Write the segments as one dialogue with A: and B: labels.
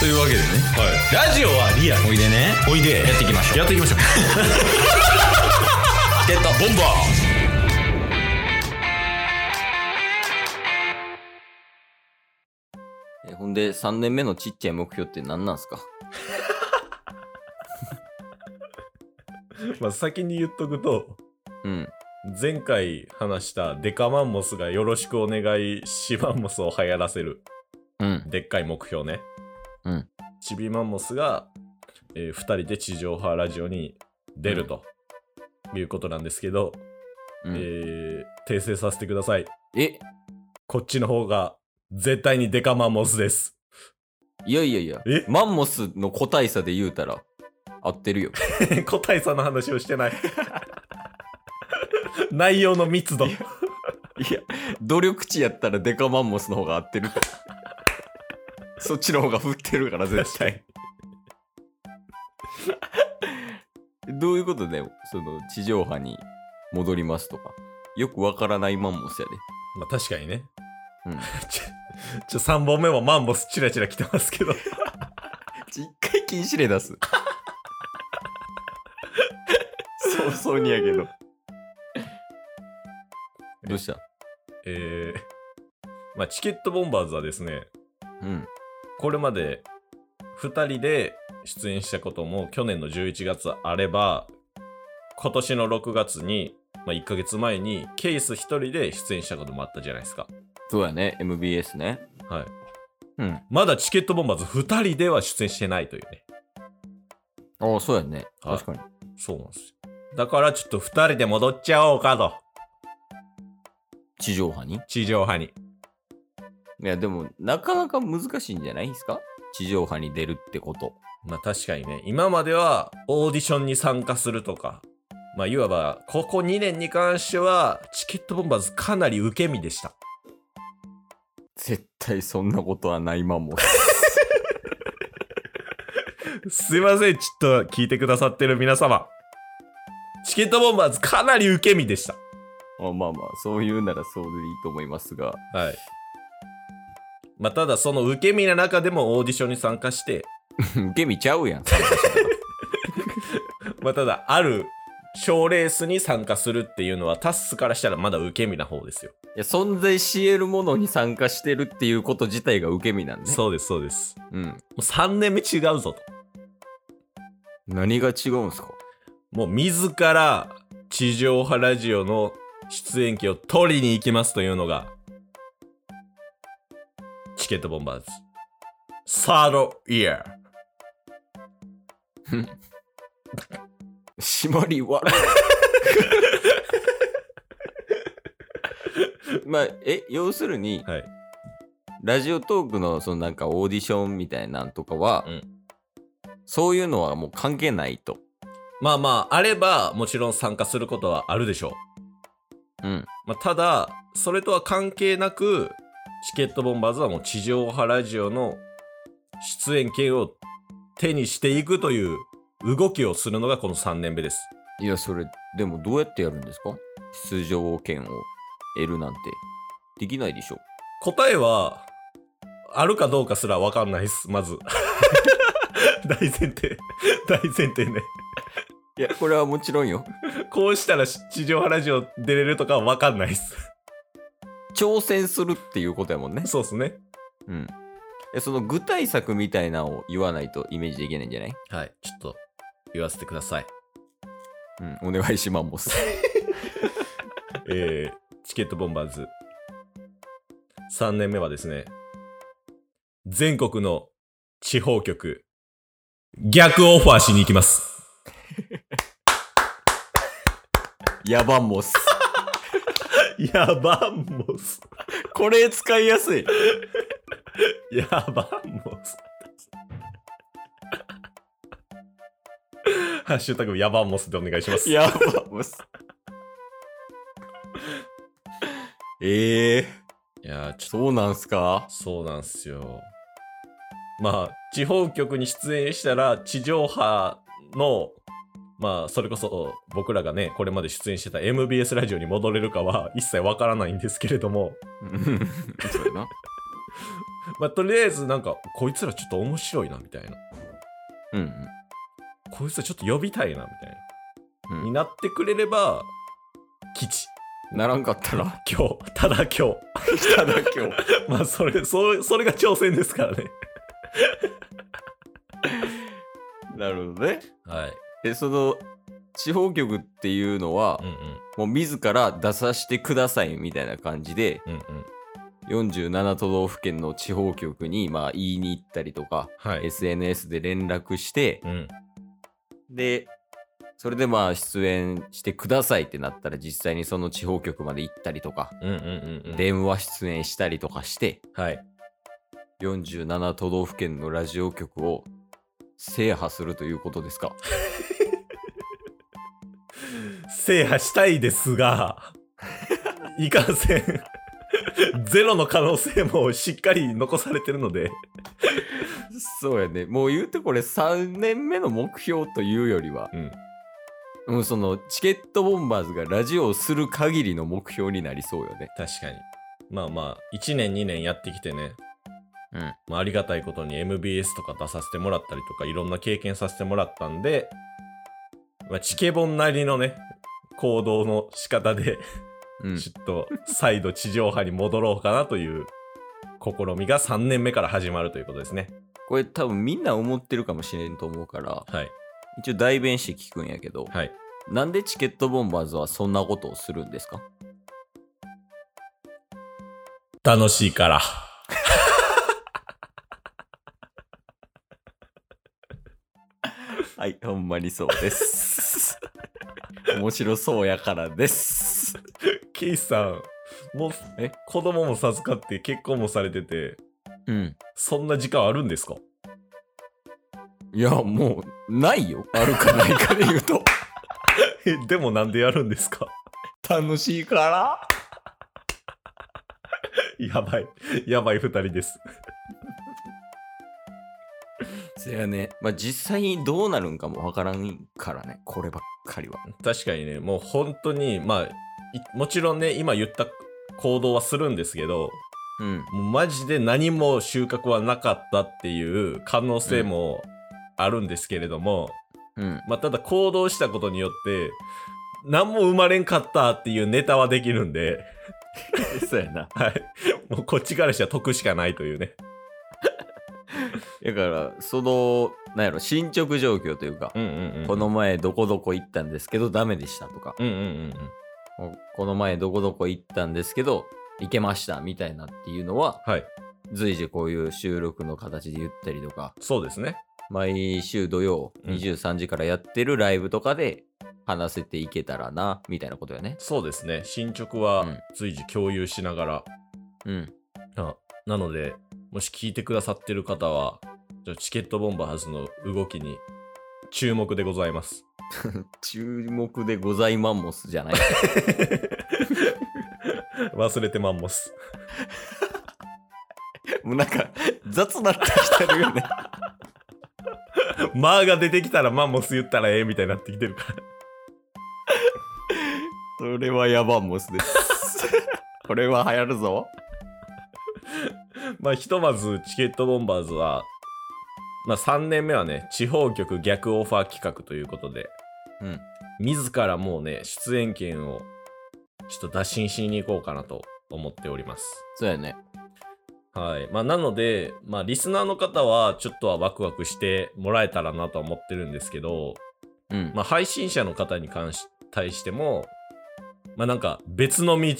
A: というわけでね、ラジオはリアおいでね
B: おいで
A: やっていきましょう
B: やっていきましょう
A: ゲットボンバ
C: えほんで、3年目のちっちゃい目標って何なんすか
B: まあ先に言っとくと
C: うん。
B: 前回話したデカマンモスがよろしくお願いしマンモスを流行らせる
C: うん。
B: でっかい目標ね
C: うん
B: ちびマンモスが、え2人で地上波ラジオに出ると、いうことなんですけど、
C: うん
B: えー訂正させてください
C: え、
B: こっちの方が絶対にデカマンモスです
C: いやいやいや
B: え、
C: マンモスの個体差で言うたら、合ってるよ。
B: 個体差の話をしてない 内容の密度
C: いや、努力値やったらデカマンモスの方が合ってるって。そっちの方が振ってるから、絶対。どういうことだよ、その、地上波に戻りますとか。よくわからないマンモスや
B: まあ確かにね。
C: うん
B: ちょ、ちょ、3本目もマンボスチラチラ来てますけど。
C: で。ち一回禁止令出す。そうそうにやけど。どうした
B: えー、まあチケットボンバーズはですね、
C: うん。
B: これまで2人で出演したことも去年の11月あれば、今年の6月に、まあ1ヶ月前にケース1人で出演したこともあったじゃないですか。
C: そうやね、MBS ね。
B: はい。
C: うん。
B: まだチケットボンバーズ2人では出演してないというね。
C: ああ、そうやね。
B: はい
C: 確かに。
B: そうなんですよ。だからちょっと2人で戻っちゃおうかと。
C: 地上波にい
B: 地上波に。
C: や、でも、なかなか難しいんじゃないですか地上波に出るってこと。
B: まあ確かにね、今まではオーディションに参加するとか、まあいわば、ここ2年に関しては、チケットボンバーズかなり受け身でした。
C: 絶対そんなことはないまん も。
B: すいません、ちょっと聞いてくださってる皆様。チケットボンバーズかなり受け身でした。
C: あまあまあ、そう言うならそうでいいと思いますが。
B: はい。まあただその受け身の中でもオーディションに参加して、
C: 受け身ちゃうやん。
B: まあただある賞レースに参加するっていうのはタッスからしたらまだ受け身な方ですよ。
C: いや、存在し得るものに参加してるっていうこと自体が受け身なんで。
B: そうです、そうです。も
C: う。うん。
B: う3年目違うぞと。
C: 何が違うんすか
B: もう自ら地上波ラジオの出演権を取りに行きますというのが、チケットボンバーズ。サードイヤー。
C: 締まり悪 い。まあ、え、要するに、
B: はい
C: ラジオトークのそのなんかオーディションみたいなんとかは、
B: うん
C: そういうのはもう関係ないと。
B: まあまあ、あればもちろん参加することはあるでしょう。
C: うん。
B: まあ、ただ、それとは関係なく、チケットボンバーズはもう地上波ラジオの出演権を手にしていくという動きをするのがこの3年目です。
C: いや、それ、でもどうやってやるんですか出場権を得るなんてできないでしょ。
B: 答えは、あるかどうかすらわかんないっす、ま ず。大前提。大前提ね。
C: いや、これはもちろんよ。
B: こうしたら地上波ラジオ出れるとかはわかんないっす。
C: 挑戦するっていうことやもんね。
B: そうっすね。
C: うん。えその具体策みたいなのを言わないとイメージできないんじゃない
B: はい、ちょっと言わせてください。
C: うん、お願いしまんもす。
B: えー、チケットボンバーズ。3年目はですね、全国の地方局、逆オファーしに行きます。
C: やばんもす。
B: やばんもす。
C: これ使いやすい。
B: やばんもす。 ハッシュタグやばんもすでお願いします。
C: やばんもす。ええ
B: いやーちょっと
C: そうなんすか
B: そうなんすよ。まあ、地方局に出演したら、地上波の、まあ、それこそ僕らがね、これまで出演してた MBS ラジオに戻れるかは一切わからないんですけれども、
C: うんそうやな。
B: まあ、とりあえずなんかこいつらちょっと面白いなみたいな
C: うん
B: こいつらちょっと呼びたいなみたいな、
C: うん
B: になってくれれば吉
C: うん。ならんかったら、
B: 今日ただ今日
C: ただ今日。
B: まあそれそれそれが挑戦ですからね
C: なるほどね。
B: はい
C: で、その、地方局っていうのは
B: うん、う
C: もう自ら出させてくださいみたいな感じで、
B: んうんうん
C: 47都道府県の地方局に、まあ、言いに行ったりとか、
B: はい
C: SNS で連絡して
B: う、ん
C: で、それでまあ、出演してくださいってなったら、実際にその地方局まで行ったりとか、
B: うんうんうんうん
C: 電話出演したりとかして、
B: はい
C: 47都道府県のラジオ局を制覇するということです か。
B: 制覇したいです がいかんせんゼロの可能性もしっかり残されてるので
C: そうやね。もう言うてこれ3年目の目標というよりは、もうそのチケットボンバーズがラジオをする限りの目標になりそうよね。
B: 確かにまあまあ1年2年やってきてね、
C: うん
B: まあ、ありがたいことに MBS とか出させてもらったりとかいろんな経験させてもらったんで、まあ、チケボンなりのね行動の仕方で、
C: うん
B: ちょっと再度地上波に戻ろうかなという試みが3年目から始まるということですね
C: これ多分みんな思ってるかもしれんと思うから、
B: はい
C: 一応代弁して聞くんやけど、
B: はい
C: なんでチケットボンバーズはそんなことをするんですか
B: 楽しいから
C: はい、ほんまにそうです。 面白そうやからです。
B: ケイスさんもう
C: え
B: 子供も授かって結婚もされてて
C: うん。
B: そんな時間あるんですか
C: いや、もう、ないよ。あるかないかで言うと。
B: えでもなんでやるんですか
C: 楽しいから
B: やばい、やばい二人です。
C: せやね。まあ、実際にどうなるんかもわからんからね。こればっかりは。
B: 確かにね、もう本当に、まあ、いもちろんね、今言った行動はするんですけど、
C: うん。
B: もうマジで何も収穫はなかったっていう可能性もあるんですけれども、
C: うん。
B: まあ、ただ行動したことによって、何も生まれんかったっていうネタはできるんで、
C: そうやな。
B: はい。もうこっちからしたら得しかないというね。
C: だから、その、なんやろ、進捗状況というか、
B: うんうんうん。
C: この、前どこどこ行ったんですけど、ダメでしたとか、
B: うんうんうんうん。
C: この前どこどこ行ったんですけど、行けましたみたいなっていうのは、
B: はい。
C: 随時こういう収録の形で言ったりとか、
B: そうですね。
C: 毎週土曜
B: うん
C: 23時からやってるライブとかで話せていけたらな、みたいなことやね。
B: そうですね。進捗
C: う
B: は
C: ん
B: 随時共有しながら、
C: うん。
B: ななので、もし聞いてくださってる方は、ちょチケットボンバーズの動きに注目でござい ます。
C: 注目でございマンモスじゃない。
B: 忘れてマンモス。
C: もうなんか雑なってきてるよね。
B: マーが出てきたらマンモス言ったらええみたいになってきてるから。
C: それはヤバンモス です。これは流行るぞ。
B: まあ、ひとまずチケットボンバーズは、まあ、3年目はね、地方局逆オファー企画ということで、
C: うん。
B: 自らもうね、出演権をちょっと打診しに行こうかなと思っております。
C: そうやね。
B: はい。まあ、なので、まあ、リスナーの方は、ちょっとはワクワクしてもらえたらなとは思ってるんですけど、
C: うん。
B: まあ、配信者の方に関し、対しても、まあ、なんか、別の道、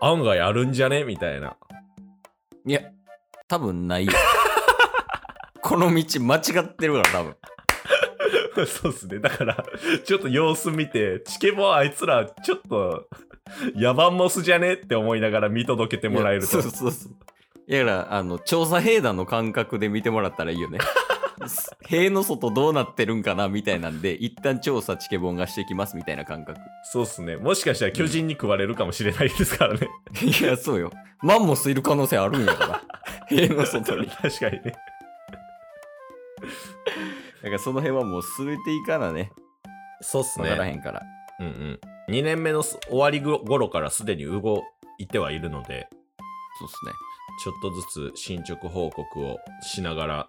B: 案外あるんじゃねみたいな。
C: いや、多分 ないよ。この道間違ってるから多分。
B: そうっすね。だから、ちょっと様子見て、チケボあいつら、ちょっと、野蛮モスじゃねって思いながら見届けてもらえる
C: そ
B: と
C: う。そうそう。いやだから、あの、調査兵団の感覚で見てもらったらいい よね。塀の外どうなってるんかなみたいなんで、一旦調査チケボンがしてきますみたいな感覚。
B: そうっすね。もしかしたら巨人に食われるかもしれないですからね。
C: いや、そうよ。マンモスいる可能性あるんや から。塀の外 に。
B: 確かにね。
C: だからその辺はもう進めていかなね。
B: そうっす
C: わ
B: ね。
C: からへんから。
B: うんうん、2年目のす終わりごろからすでに動いてはいるので、
C: そうっすね。
B: ちょっとずつ進捗報告をしながら。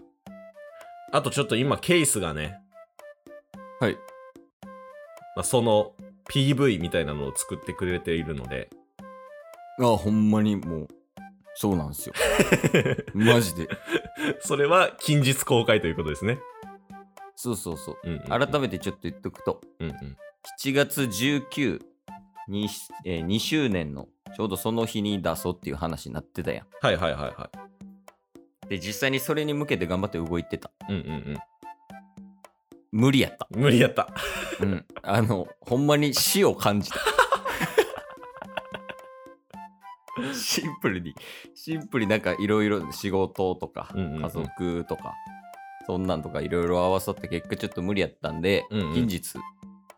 B: あとちょっと今ケースがね、
C: はい。
B: まあ、その PV みたいなのを作ってくれているの で、
C: ああ、ほんまにもう、そうなんですよ。マジで。
B: それは近日公開ということですね。
C: そうそうそう。
B: うんうんうん、
C: 改めてちょっと言っとくと、
B: うんうん。
C: 7月19に、えー2周年のちょうどその日に出そうっていう話になってたや
B: はいはいはいは
C: ん。で、実際にそれに向けて頑張って動いてた。
B: い。うんうん
C: 無理やった。
B: うん。無理やった。
C: うん。 あの、ほんまに死を感 じた。シンプルに、シンプルになんかいろいろ仕事とか、
B: うんうんうん
C: 家族とか、そんなんとかいろいろ合わさって結果ちょっと無理やったんで、
B: うんうん
C: 近日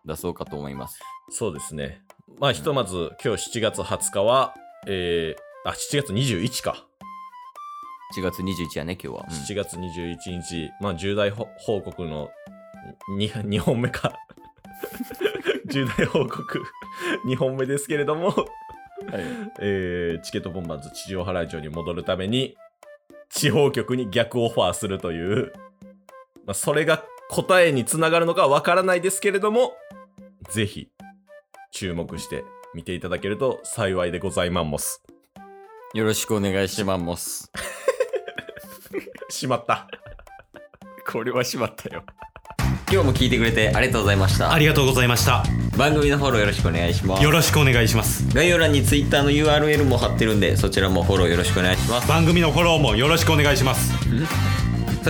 C: 出そうかと思います。
B: そうですね。まあひとまず今日7月20日は、えー、あ、7月21か。
C: 7月21やね、今日は。うん
B: 7月21日、まあ重大ほ報告の 2, 2本目か。 重大報告2本目ですけれども、えーチケットボンバーズ地上払い場に戻るために、地方局に逆オファーするという、まあ、それが答えにつながるのかはわからないですけれども、ぜひ、注目して見ていただけると幸いでございまんもす。
C: よろしくお願いします。
B: しまった。
C: これはしまったよ。今日も聞いてくれてありがとうございました。
A: ありがとうございました。
C: 番組のフォローよろしくお願いします
A: よ。ろしくお願いします。
C: 概要欄に Twitter の URL も貼ってるんで、そちらもフォローよろしくお願いします。
A: 番組のフォローもよろしくお願いします。
C: そ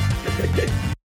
A: す